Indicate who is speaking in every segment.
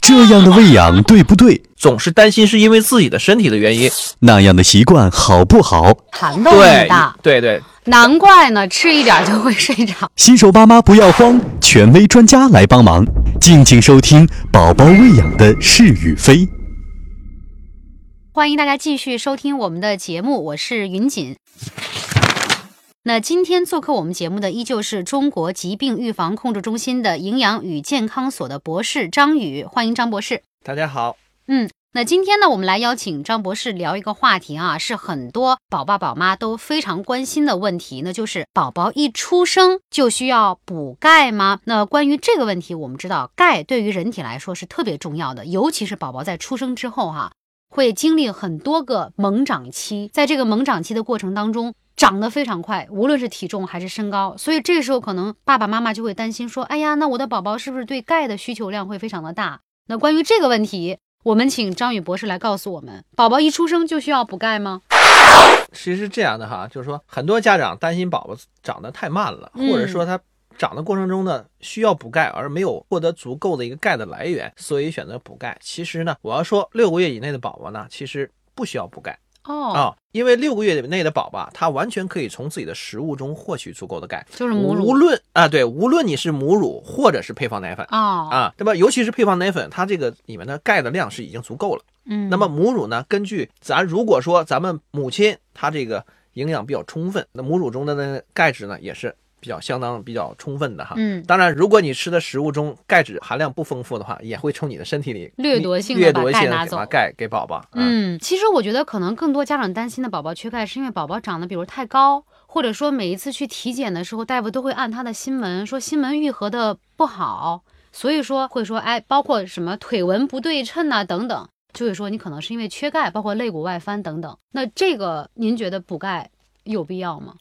Speaker 1: 这样的喂养对不对？
Speaker 2: 总是担心是因为自己的身体的原因。
Speaker 1: 那样的习惯好不好？
Speaker 3: 涵洞很
Speaker 2: 对
Speaker 3: 大，，
Speaker 2: 对对，
Speaker 3: 难怪呢，吃一点儿就会睡着。
Speaker 1: 新手爸妈不要慌，权威专家来帮忙。敬请收听《宝宝喂养的是与非》。
Speaker 3: 欢迎大家继续收听我们的节目，我是云锦。那今天做客我们节目的依旧是中国疾病预防控制中心的营养与健康所的博士张宇，欢迎张博士。
Speaker 2: 大家好，
Speaker 3: 嗯，那今天呢，我们来邀请张博士聊一个话题啊，是很多宝爸宝妈都非常关心的问题，那就是宝宝一出生就需要补钙吗？那关于这个问题，我们知道钙对于人体来说是特别重要的，尤其是宝宝在出生之后哈、会经历很多个猛长期，在这个猛长期的过程当中。长得非常快，无论是体重还是身高，所以这个时候可能爸爸妈妈就会担心说：“哎呀，那我的宝宝是不是对钙的需求量会非常的大？”那关于这个问题，我们请张宇博士来告诉我们：宝宝一出生就需要补钙吗？
Speaker 2: 其实是这样的哈，就是说很多家长担心宝宝长得太慢了，
Speaker 3: 嗯
Speaker 2: 或者说他长的过程中呢需要补钙而没有获得足够的一个钙的来源，所以选择补钙。其实呢，我要说六个月以内的宝宝呢，其实不需要补钙
Speaker 3: 哦，
Speaker 2: 啊、因为六个月以内的宝宝他完全可以从自己的食物中获取足够的钙，
Speaker 3: 就是母
Speaker 2: 无
Speaker 3: 乳
Speaker 2: 论啊对，无论你是母乳或者是配方奶粉。
Speaker 3: 哦，
Speaker 2: 啊，那么尤其是配方奶粉，它这个里面的钙的量是已经足够了。
Speaker 3: 嗯，
Speaker 2: 那么母乳呢？根据咱如果说咱们母亲她这个营养比较充分，那母乳中的那钙质呢也是比较相当比较充分的哈。
Speaker 3: 嗯
Speaker 2: 当然，如果你吃的食物中钙质含量不丰富的话，也会从你的身体里
Speaker 3: 掠夺性地
Speaker 2: 掠
Speaker 3: 把
Speaker 2: 夺
Speaker 3: 钙
Speaker 2: 性
Speaker 3: 拿
Speaker 2: 地
Speaker 3: 走
Speaker 2: 把钙给宝啊宝。
Speaker 3: 嗯，其实我觉得可能更多家长担心的宝宝缺钙，是因为宝宝长得比如太高，或者说每一次去体检的时候，大夫都会按他的心门说心门愈合的不好，所以说会说哎，包括什么腿纹不对称呐、啊等等，就会说你可能是因为缺钙，包括肋骨外翻等等。那这个您觉得补钙有必要吗？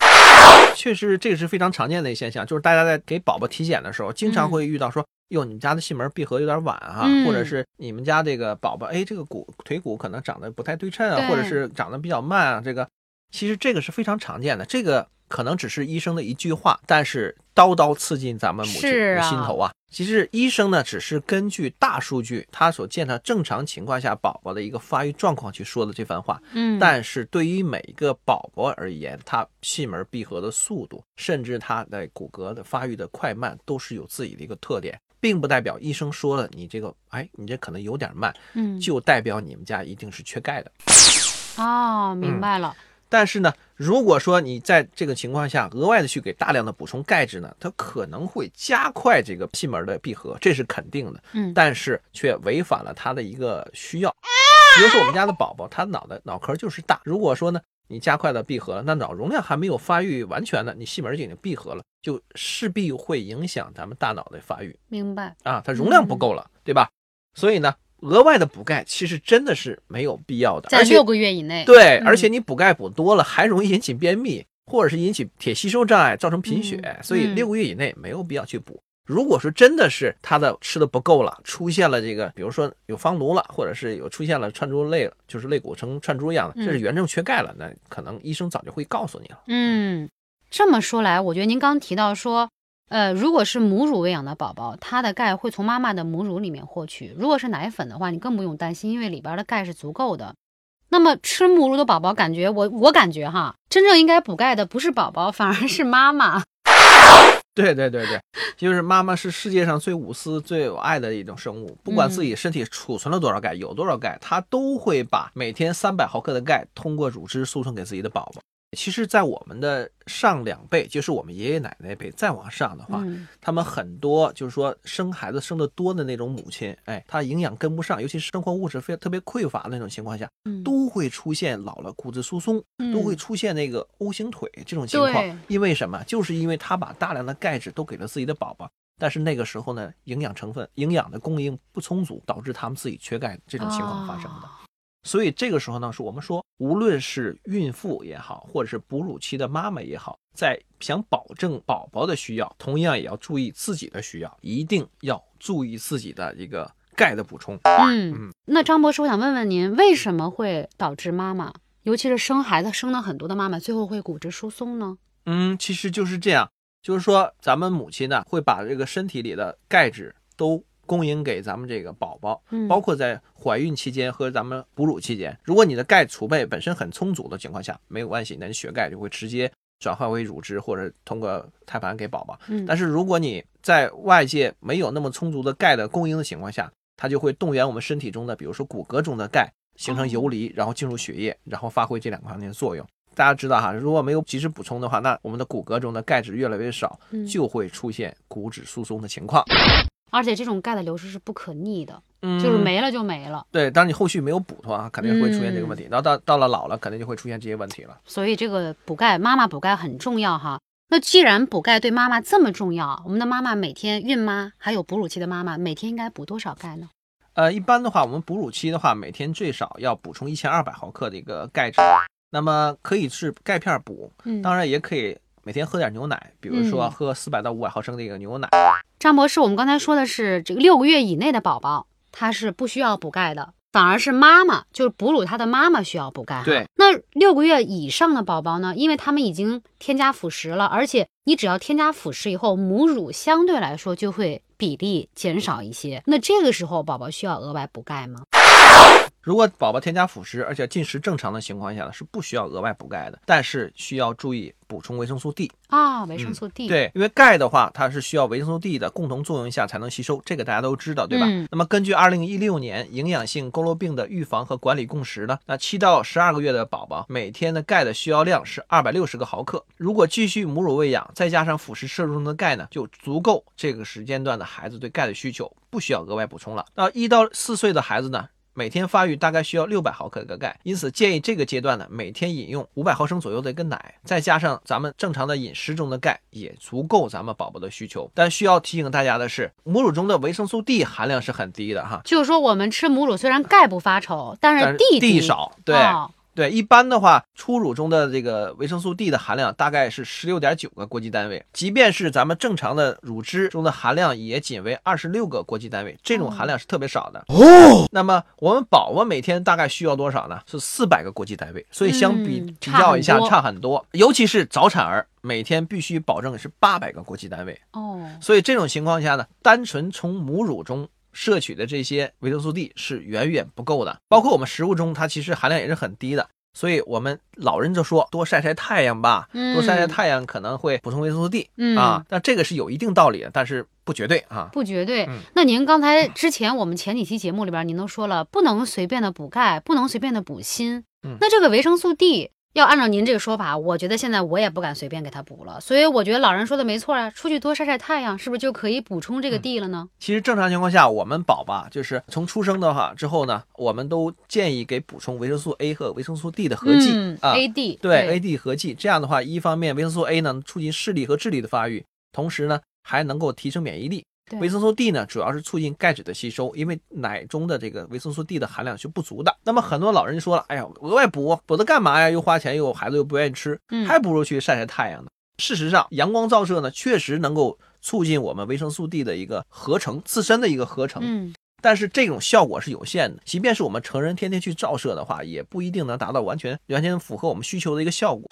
Speaker 2: 确实这个是非常常见的一现象，就是大家在给宝宝体检的时候，经常
Speaker 3: 嗯
Speaker 2: 会遇到说，哟、你们家的囟门闭合有点晚啊，
Speaker 3: 嗯
Speaker 2: 或者是你们家这个宝宝，哎，这个骨腿骨可能长得不太对称
Speaker 3: 对
Speaker 2: 啊，或者是长得比较慢啊，这个其实这个是非常常见的，这个可能只是医生的一句话，但是刀刀刺进咱们母亲
Speaker 3: 是
Speaker 2: 的
Speaker 3: 啊
Speaker 2: 心头啊。其实医生呢，只是根据大数据，他所见到正常情况下宝宝的一个发育状况去说的这番话，
Speaker 3: 嗯，
Speaker 2: 但是对于每一个宝宝而言，他气门闭合的速度，甚至他的骨骼的发育的快慢，都是有自己的一个特点，并不代表医生说了你这个，哎，你这可能有点慢，
Speaker 3: 嗯
Speaker 2: 就代表你们家一定是缺钙的。
Speaker 3: 哦，明
Speaker 2: 嗯
Speaker 3: 白了。
Speaker 2: 但是呢，如果说你在这个情况下额外的去给大量的补充钙质呢，它可能会加快这个气门的闭合，这是肯定的。
Speaker 3: 嗯
Speaker 2: 但是却违反了他的一个需要。
Speaker 3: 啊
Speaker 2: 比如说我们家的宝宝，他脑袋脑壳就是大，如果说呢你加快了闭合了，那脑容量还没有发育完全呢，你细门就已经闭合了，就势必会影响咱们大脑的发育
Speaker 3: 明白，
Speaker 2: 啊，它容量
Speaker 3: 嗯
Speaker 2: 不够了，对吧？所以呢，额外的补钙其实真的是没有必要的，
Speaker 3: 在
Speaker 2: 而且
Speaker 3: 六个月以内，
Speaker 2: 对，
Speaker 3: 嗯
Speaker 2: 而且你补钙补多了，还容易引起便秘，或者是引起铁吸收障碍，造成贫血。
Speaker 3: 嗯
Speaker 2: 所以
Speaker 3: 嗯
Speaker 2: 六个月以内没有必要去补。如果说真的是他的吃的不够了，出现了这个，比如说有房颅了，或者是有出现了串珠类了，就是肋骨成串珠一样的，
Speaker 3: 嗯
Speaker 2: 这是炎症缺钙了，那可能医生早就会告诉你了。
Speaker 3: 嗯，这么说来，我觉得您刚提到说，呃，如果是母乳喂养的宝宝，他的钙会从妈妈的母乳里面获取；如果是奶粉的话，你更不用担心，因为里边的钙是足够的。那么吃母乳的宝宝，感觉我我感觉哈，真正应该补钙的不是宝宝，反而是妈妈。
Speaker 2: 对对对对，就是妈妈是世界上最无私、最有爱的一种生物，不管自己身体储存了多少钙，有多少钙，她都会把每天三百毫克的钙通过乳汁输送给自己的宝宝。其实，在我们的上两辈，就是我们爷爷奶奶那辈，再往上的话，
Speaker 3: 嗯
Speaker 2: 他们很多就是说生孩子生得多的那种母亲，哎，她营养跟不上，尤其是生活物质非特别匮乏的那种情况下，
Speaker 3: 嗯，
Speaker 2: 都会出现老了骨质疏松，
Speaker 3: 嗯
Speaker 2: 都会出现那个 O 型腿这种情
Speaker 3: 对
Speaker 2: 况。因为什么？就是因为他把大量的钙质都给了自己的宝宝，但是那个时候呢，营养成分、营养的供应不充足，导致他们自己缺钙这种情况发生的。
Speaker 3: 啊
Speaker 2: 所以这个时候呢，是我们说，无论是孕妇也好，或者是哺乳期的妈妈也好，在想保证宝宝的需要，同样也要注意自己的需要，一定要注意自己的一个钙的补充。
Speaker 3: 嗯，那张博士，我想问问您，为什么会导致妈妈，尤其是生孩子生了很多的妈妈，最后会骨质疏松呢？
Speaker 2: 嗯，其实就是这样，就是说咱们母亲呢会把这个身体里的钙质都供应给咱们这个宝宝，
Speaker 3: 嗯
Speaker 2: 包括在怀孕期间和咱们哺乳期间。如果你的钙储备本身很充足的情况下，没有关系，那你血钙就会直接转化为乳汁或者通过胎盘给宝宝。
Speaker 3: 嗯
Speaker 2: 但是如果你在外界没有那么充足的钙的供应的情况下，它就会动员我们身体中的，比如说骨骼中的钙，形成游离，然后进入血液，然后发挥这两个方面的作用。大家知道哈，如果没有及时补充的话，那我们的骨骼中的钙质越来越少，
Speaker 3: 嗯
Speaker 2: 就会出现骨质疏松的情况，
Speaker 3: 而且这种钙的流失是不可逆的，
Speaker 2: 嗯
Speaker 3: 就是没了就没了。
Speaker 2: 对。当你后续没有补的话，肯定会出现这个问题。然后到到了老了，肯定就会出现这些问题了。
Speaker 3: 所以这个补钙，妈妈补钙很重要哈。那既然补钙对妈妈这么重要，我们的妈妈每天孕妈还有哺乳期的妈妈每天应该补多少钙呢？
Speaker 2: 呃，一般的话，我们哺乳期的话，每天最少要补充一千二百毫克的一个钙质，那么可以是钙片补，
Speaker 3: 嗯
Speaker 2: 当然也可以每天喝点牛奶，比如说
Speaker 3: 嗯
Speaker 2: 喝四百到五百毫升的一个牛奶。
Speaker 3: 张博士，我们刚才说的是这个六个月以内的宝宝，他是不需要补钙的，反而是妈妈，就是哺乳他的妈妈需要补钙。
Speaker 2: 对，
Speaker 3: 那六个月以上的宝宝呢？因为他们已经添加辅食了，而且你只要添加辅食以后，母乳相对来说就会比例减少一些。那这个时候宝宝需要额外补钙吗？
Speaker 2: 如果宝宝添加辅食，而且进食正常的情况下呢，是不需要额外补钙的，但是需要注意补充维生素 D。
Speaker 3: 啊、维生素 D、，
Speaker 2: 嗯对，因为钙的话，它是需要维生素 D 的共同作用下才能吸收，这个大家都知道，对吧？
Speaker 3: 嗯
Speaker 2: 那么根据二零一六年营养性佝偻病的预防和管理共识呢，那七到十二个月的宝宝每天的钙的需要量是二百六十个毫克，如果继续母乳喂养，再加上辅食摄入中的钙呢，就足够这个时间段的孩子对钙的需求，不需要额外补充了。那一到四岁的孩子呢？每天发育大概需要六百毫克的钙，因此建议这个阶段呢，每天饮用五百毫升左右的一个奶，再加上咱们正常的饮食中的钙，也足够咱们宝宝的需求。但需要提醒大家的是，母乳中的维生素 D 含量是很低的哈，
Speaker 3: 就是说我们吃母乳虽然钙不发愁，但
Speaker 2: 但
Speaker 3: 是
Speaker 2: 是
Speaker 3: D 低
Speaker 2: D 少，对。
Speaker 3: 哦
Speaker 2: 对，一般的话，初乳中的这个维生素 D 的含量大概是十六点九个国际单位，即便是咱们正常的乳汁中的含量也仅为二十六个国际单位，这种含量是特别少的。哦，那么我们宝宝每天大概需要多少呢？是四百个国际单位，所以相比、
Speaker 3: 嗯
Speaker 2: 比
Speaker 3: 差
Speaker 2: 较
Speaker 3: 很
Speaker 2: 一下
Speaker 3: 多
Speaker 2: 差很多，尤其是早产儿。每天必须保证是八百个国际单位，
Speaker 3: 哦，
Speaker 2: 所以这种情况下呢，单纯从母乳中摄取的这些维生素 D 是远远不够的，包括我们食物中它其实含量也是很低的。所以我们老人就说多晒晒太阳吧，
Speaker 3: 嗯
Speaker 2: 多晒晒太阳可能会补充维生素 D、
Speaker 3: 嗯
Speaker 2: 啊，那这个是有一定道理的，但是不绝对啊。
Speaker 3: 不绝对
Speaker 2: 嗯。
Speaker 3: 那您刚才之前我们前几期节目里边您都说了，不能随便的补钙，不能随便的补锌
Speaker 2: 嗯。
Speaker 3: 那这个维生素 D 要按照您这个说法，我觉得现在我也不敢随便给它补了。所以我觉得老人说的没错啊，出去多晒晒太阳，是不是就可以补充
Speaker 2: 嗯
Speaker 3: 这个 D 了呢？
Speaker 2: 其实正常情况下，我们宝宝啊就是从出生的话之后呢，我们都建议给补充维生素 A 和维生素 D 的合剂、
Speaker 3: 嗯
Speaker 2: 啊。
Speaker 3: ，A D
Speaker 2: 对 A D 合剂，这样的话，一方面维生素 A 呢促进视力和智力的发育，同时呢还能够提升免疫力。
Speaker 3: 对
Speaker 2: 维生素 D 呢主要是促进钙质的吸收，因为奶中的这个维生素 D 的含量是不足的。那么很多老人说了，哎呀，额外补补它干嘛呀？又花钱，又孩子又不愿意吃
Speaker 3: 嗯，
Speaker 2: 还不如去晒晒太阳呢。事实上，阳光照射呢确实能够促进我们维生素 D 的一个合成，自身的一个合成。
Speaker 3: 嗯，
Speaker 2: 但是这种效果是有限的，即便是我们成人天天去照射的话，也不一定能达到完全完全符合我们需求的一个效果。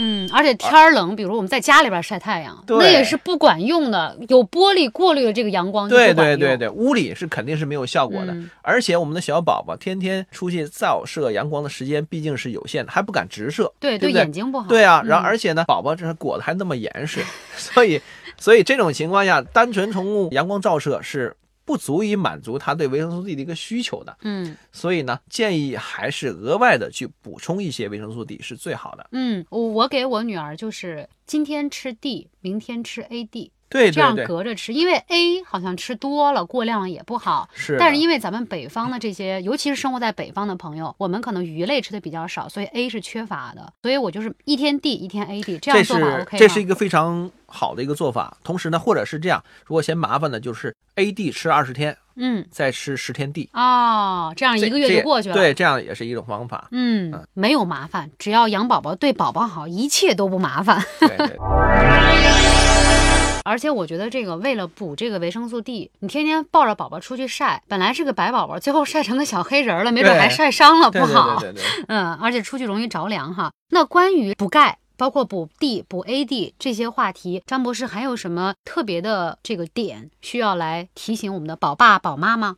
Speaker 3: 嗯，而且天儿冷，比如我们在家里边晒太阳，
Speaker 2: 对
Speaker 3: 那也是不管用的。有玻璃过滤的这个阳光就
Speaker 2: 对
Speaker 3: 不管
Speaker 2: 对
Speaker 3: 用，
Speaker 2: 对对，屋里是肯定是没有效果的，
Speaker 3: 嗯
Speaker 2: 而且我们的小宝宝天天出去照射阳光的时间毕竟是有限的，还不敢直射，
Speaker 3: 对
Speaker 2: 对不
Speaker 3: 眼睛不好。
Speaker 2: 对啊，然后
Speaker 3: 嗯
Speaker 2: 而且呢，宝宝这裹得还那么严实，所以所以这种情况下，单纯从阳光照射是不足以满足他对维生素 D 的一个需求的。
Speaker 3: 嗯。
Speaker 2: 所以呢，建议还是额外的去补充一些维生素 D 是最好的。
Speaker 3: 嗯，我我给我女儿就是今天吃 D，明天吃 AD，
Speaker 2: 对对
Speaker 3: 这样
Speaker 2: 对，
Speaker 3: 隔着吃，因为 A 好像吃多了过量也不好。
Speaker 2: 是的，
Speaker 3: 但是因为咱们北方的这些，尤其是生活在北方的朋友，我们可能鱼类吃的比较少，所以 A 是缺乏的。所以我就是一天 D 一天 AD，这
Speaker 2: 这
Speaker 3: 样做法
Speaker 2: 是
Speaker 3: OK 吗？
Speaker 2: 这是一个非常好的一个做法。同时呢，或者是这样，如果嫌麻烦的，就是 A D 吃二十天，
Speaker 3: 嗯
Speaker 2: 再吃十天 D，
Speaker 3: 哦，这样
Speaker 2: 这
Speaker 3: 一个月
Speaker 2: 这
Speaker 3: 就过去了。。
Speaker 2: 对，这样也是一种方法
Speaker 3: 嗯，没有麻烦，只要养宝宝对宝宝好，一切都不麻烦。
Speaker 2: 对对，
Speaker 3: 而且我觉得这个为了补这个维生素 D，你天天抱着宝宝出去晒，本来是个白宝宝，最后晒成个小黑人儿了，没准
Speaker 2: 对
Speaker 3: 还晒伤了，
Speaker 2: 对
Speaker 3: 不好。
Speaker 2: 对对对对。
Speaker 3: 嗯，而且出去容易着凉哈。那关于补钙，包括补 D、补 AD 这些话题，张博士还有什么特别的这个点需要来提醒我们的宝爸宝妈吗？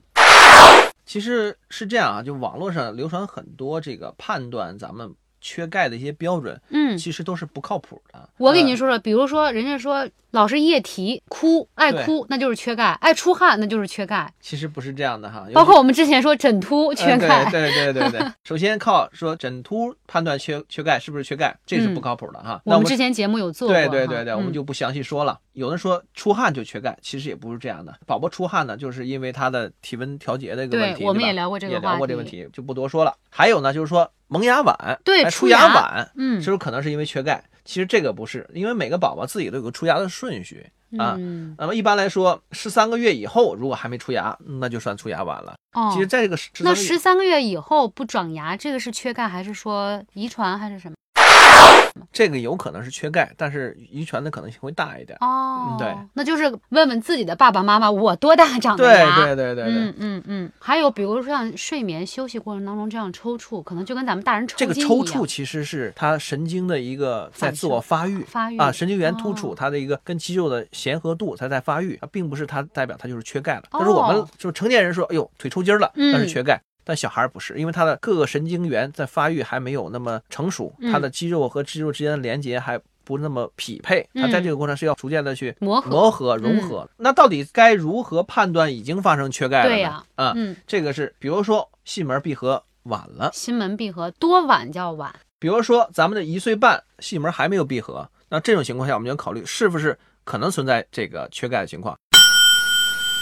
Speaker 2: 其实是这样啊，就网络上流传很多这个判断咱们缺钙的一些标准，
Speaker 3: 嗯，
Speaker 2: 其实都是不靠谱的。
Speaker 3: 我给
Speaker 2: 嗯
Speaker 3: 你说说，比如说人家说老是夜啼、哭、爱
Speaker 2: 对
Speaker 3: 哭，那就是缺钙；爱出汗，那就是缺钙。
Speaker 2: 其实不是这样的哈，
Speaker 3: 包括我们之前说枕秃
Speaker 2: 尤其
Speaker 3: 缺钙，
Speaker 2: 呃对 对对对对，首先靠说枕秃判断缺缺钙是不是缺钙，这是不靠谱的哈。那
Speaker 3: 嗯我们之前节目有做过
Speaker 2: 对
Speaker 3: 哈，
Speaker 2: 对对对，我们
Speaker 3: 嗯
Speaker 2: 就不详细说了。有人说出汗就缺钙，其实也不是这样的。宝宝出汗呢，就是因为他的体温调节的一个问
Speaker 3: 对
Speaker 2: 题。
Speaker 3: 我们
Speaker 2: 吧
Speaker 3: 也聊过这个
Speaker 2: 也聊
Speaker 3: 话
Speaker 2: 过这个问
Speaker 3: 题
Speaker 2: 题，就不多说了。还有呢，就是说萌芽晚，
Speaker 3: 对
Speaker 2: 哎
Speaker 3: 出
Speaker 2: 出
Speaker 3: 芽
Speaker 2: 晚，
Speaker 3: 嗯
Speaker 2: 是不是可能是因为缺钙？其实这个不是，因为每个宝宝自己都有个出芽的顺序啊。
Speaker 3: 嗯
Speaker 2: 那么一般来说，十三个月以后如果还没出芽，那就算出芽晚了。
Speaker 3: 哦
Speaker 2: 啊其实，在这个十
Speaker 3: 那
Speaker 2: 13个
Speaker 3: 十三个月以后不长牙，这个是缺钙还是说遗传还是什么？
Speaker 2: 这个有可能是缺钙，但是遗传的可能性会大一点。
Speaker 3: 哦，
Speaker 2: 嗯对，
Speaker 3: 那就是问问自己的爸爸妈妈，我多大长
Speaker 2: 对
Speaker 3: 的牙？
Speaker 2: 对对对对，
Speaker 3: 嗯嗯嗯，还有比如说像睡眠休息过程当中这样抽搐，可能就跟咱们大人抽
Speaker 2: 这个
Speaker 3: 筋
Speaker 2: 抽
Speaker 3: 一样
Speaker 2: 搐其实是它神经的一个在
Speaker 3: 反
Speaker 2: 自我
Speaker 3: 射
Speaker 2: 发育。
Speaker 3: 发育
Speaker 2: 啊，神经元突
Speaker 3: 哦
Speaker 2: 触，它的一个跟肌肉的衔合度，它在发育，它并不是它代表它就是缺钙了。但是我们
Speaker 3: 哦
Speaker 2: 就是成年人说，哎呦，腿抽筋儿了，
Speaker 3: 嗯
Speaker 2: 那是缺钙，但小孩儿不是，因为他的各个神经元在发育还没有那么成熟，他
Speaker 3: 嗯
Speaker 2: 的肌肉和肌肉之间的连接还不那么匹配，他在
Speaker 3: 嗯
Speaker 2: 这个过程是要逐渐的去
Speaker 3: 哦磨合
Speaker 2: 磨合、融
Speaker 3: 嗯
Speaker 2: 合。那到底该如何判断已经发生缺钙了呢？
Speaker 3: 对呀
Speaker 2: 啊，
Speaker 3: 嗯，
Speaker 2: 这个是，比如说囟门闭合晚了，
Speaker 3: 心门闭合多晚叫晚？
Speaker 2: 比如说咱们的一岁半囟门还没有闭合，那这种情况下，我们就要考虑是不是可能存在这个缺钙的情况。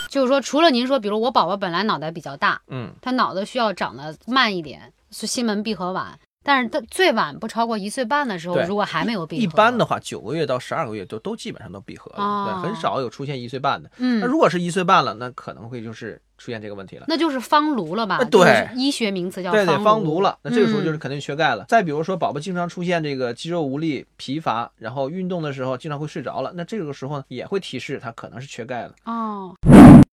Speaker 3: 就是说，除了您说，比如我宝宝本来脑袋比较大，
Speaker 2: 嗯，
Speaker 3: 他脑子需要长得慢一点，是心门闭合晚。但是他最晚不超过一岁半的时候，
Speaker 2: 对
Speaker 3: 哦如果还没有闭合，
Speaker 2: 一般的，话，九个月到十二个月都都基本上都闭合了，
Speaker 3: 哦
Speaker 2: 对，很少有出现一岁半的。那
Speaker 3: 嗯，
Speaker 2: 如果是一岁半了，那可能会就是出现这个问题了。
Speaker 3: 那就是方颅了吧？
Speaker 2: 呃
Speaker 3: 就是
Speaker 2: 对
Speaker 3: 医学名词叫
Speaker 2: 对对，
Speaker 3: 方
Speaker 2: 方颅了，那这个时候就是
Speaker 3: 嗯
Speaker 2: 肯定缺钙了。再比如说，宝宝经常出现这个肌肉无力、疲乏，然后运动的时候经常会睡着了，那这个时候呢也会提示他可能是缺钙了。
Speaker 3: 哦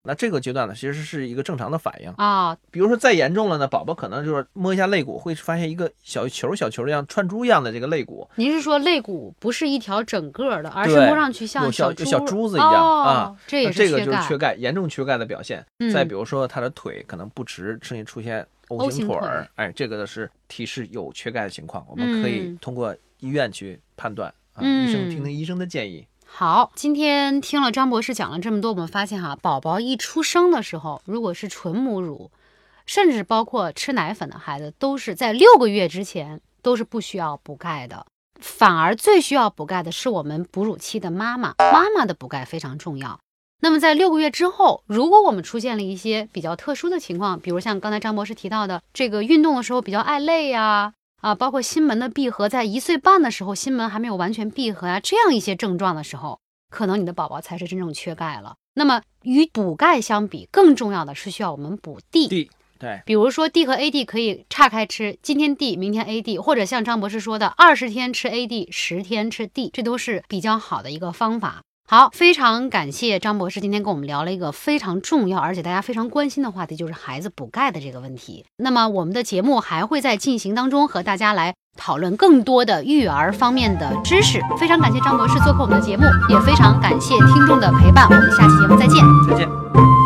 Speaker 2: 那这个阶段呢，其实是一个正常的反应。
Speaker 3: 啊，
Speaker 2: 比如说再严重了呢，宝宝可能就是摸一下肋骨，会发现一个小球小球一样串珠一样的这个肋骨，
Speaker 3: 您是说肋骨不是一条整个儿的，而是
Speaker 2: 对
Speaker 3: 摸上去像
Speaker 2: 有小
Speaker 3: 猪
Speaker 2: 有小珠子一样
Speaker 3: 哦、
Speaker 2: 啊，
Speaker 3: 这
Speaker 2: 那
Speaker 3: 也
Speaker 2: 这
Speaker 3: 是
Speaker 2: 个
Speaker 3: 缺
Speaker 2: 就是
Speaker 3: 钙。
Speaker 2: 缺钙，严重缺钙的表现。
Speaker 3: 嗯
Speaker 2: 再比如说他的腿可能不直，甚至出现
Speaker 3: O
Speaker 2: O
Speaker 3: 型
Speaker 2: 型腿儿
Speaker 3: 腿，
Speaker 2: 哎，这个呢是提示有缺钙的情况，我们可以
Speaker 3: 嗯
Speaker 2: 通过医院去判断啊，
Speaker 3: 嗯
Speaker 2: 医生听听医生的建议。
Speaker 3: 好，今天听了张博士讲了这么多，我们发现哈，宝宝一出生的时候，如果是纯母乳，甚至包括吃奶粉的孩子，都是在六个月之前都是不需要补钙的。反而最需要补钙的是我们哺乳期的妈妈，妈妈的补钙非常重要。那么在六个月之后，如果我们出现了一些比较特殊的情况，比如像刚才张博士提到的，这个运动的时候比较爱累呀、啊，包括心门的闭合，在一岁半的时候，心门还没有完全闭合啊，这样一些症状的时候，可能你的宝宝才是真正缺钙了。那么与补钙相比，更重要的是需要我们补 D。
Speaker 2: D 对，
Speaker 3: 比如说 D 和 AD 可以岔开吃，今天 D，明天 AD，或者像张博士说的，二十天吃 AD，十天吃 D，这都是比较好的一个方法。好，非常感谢张博士今天跟我们聊了一个非常重要而且大家非常关心的话题，就是孩子补钙的这个问题。那么我们的节目还会在进行当中和大家来讨论更多的育儿方面的知识。非常感谢张博士做客我们的节目，也非常感谢听众的陪伴。我们下期节目再见。
Speaker 2: 再见。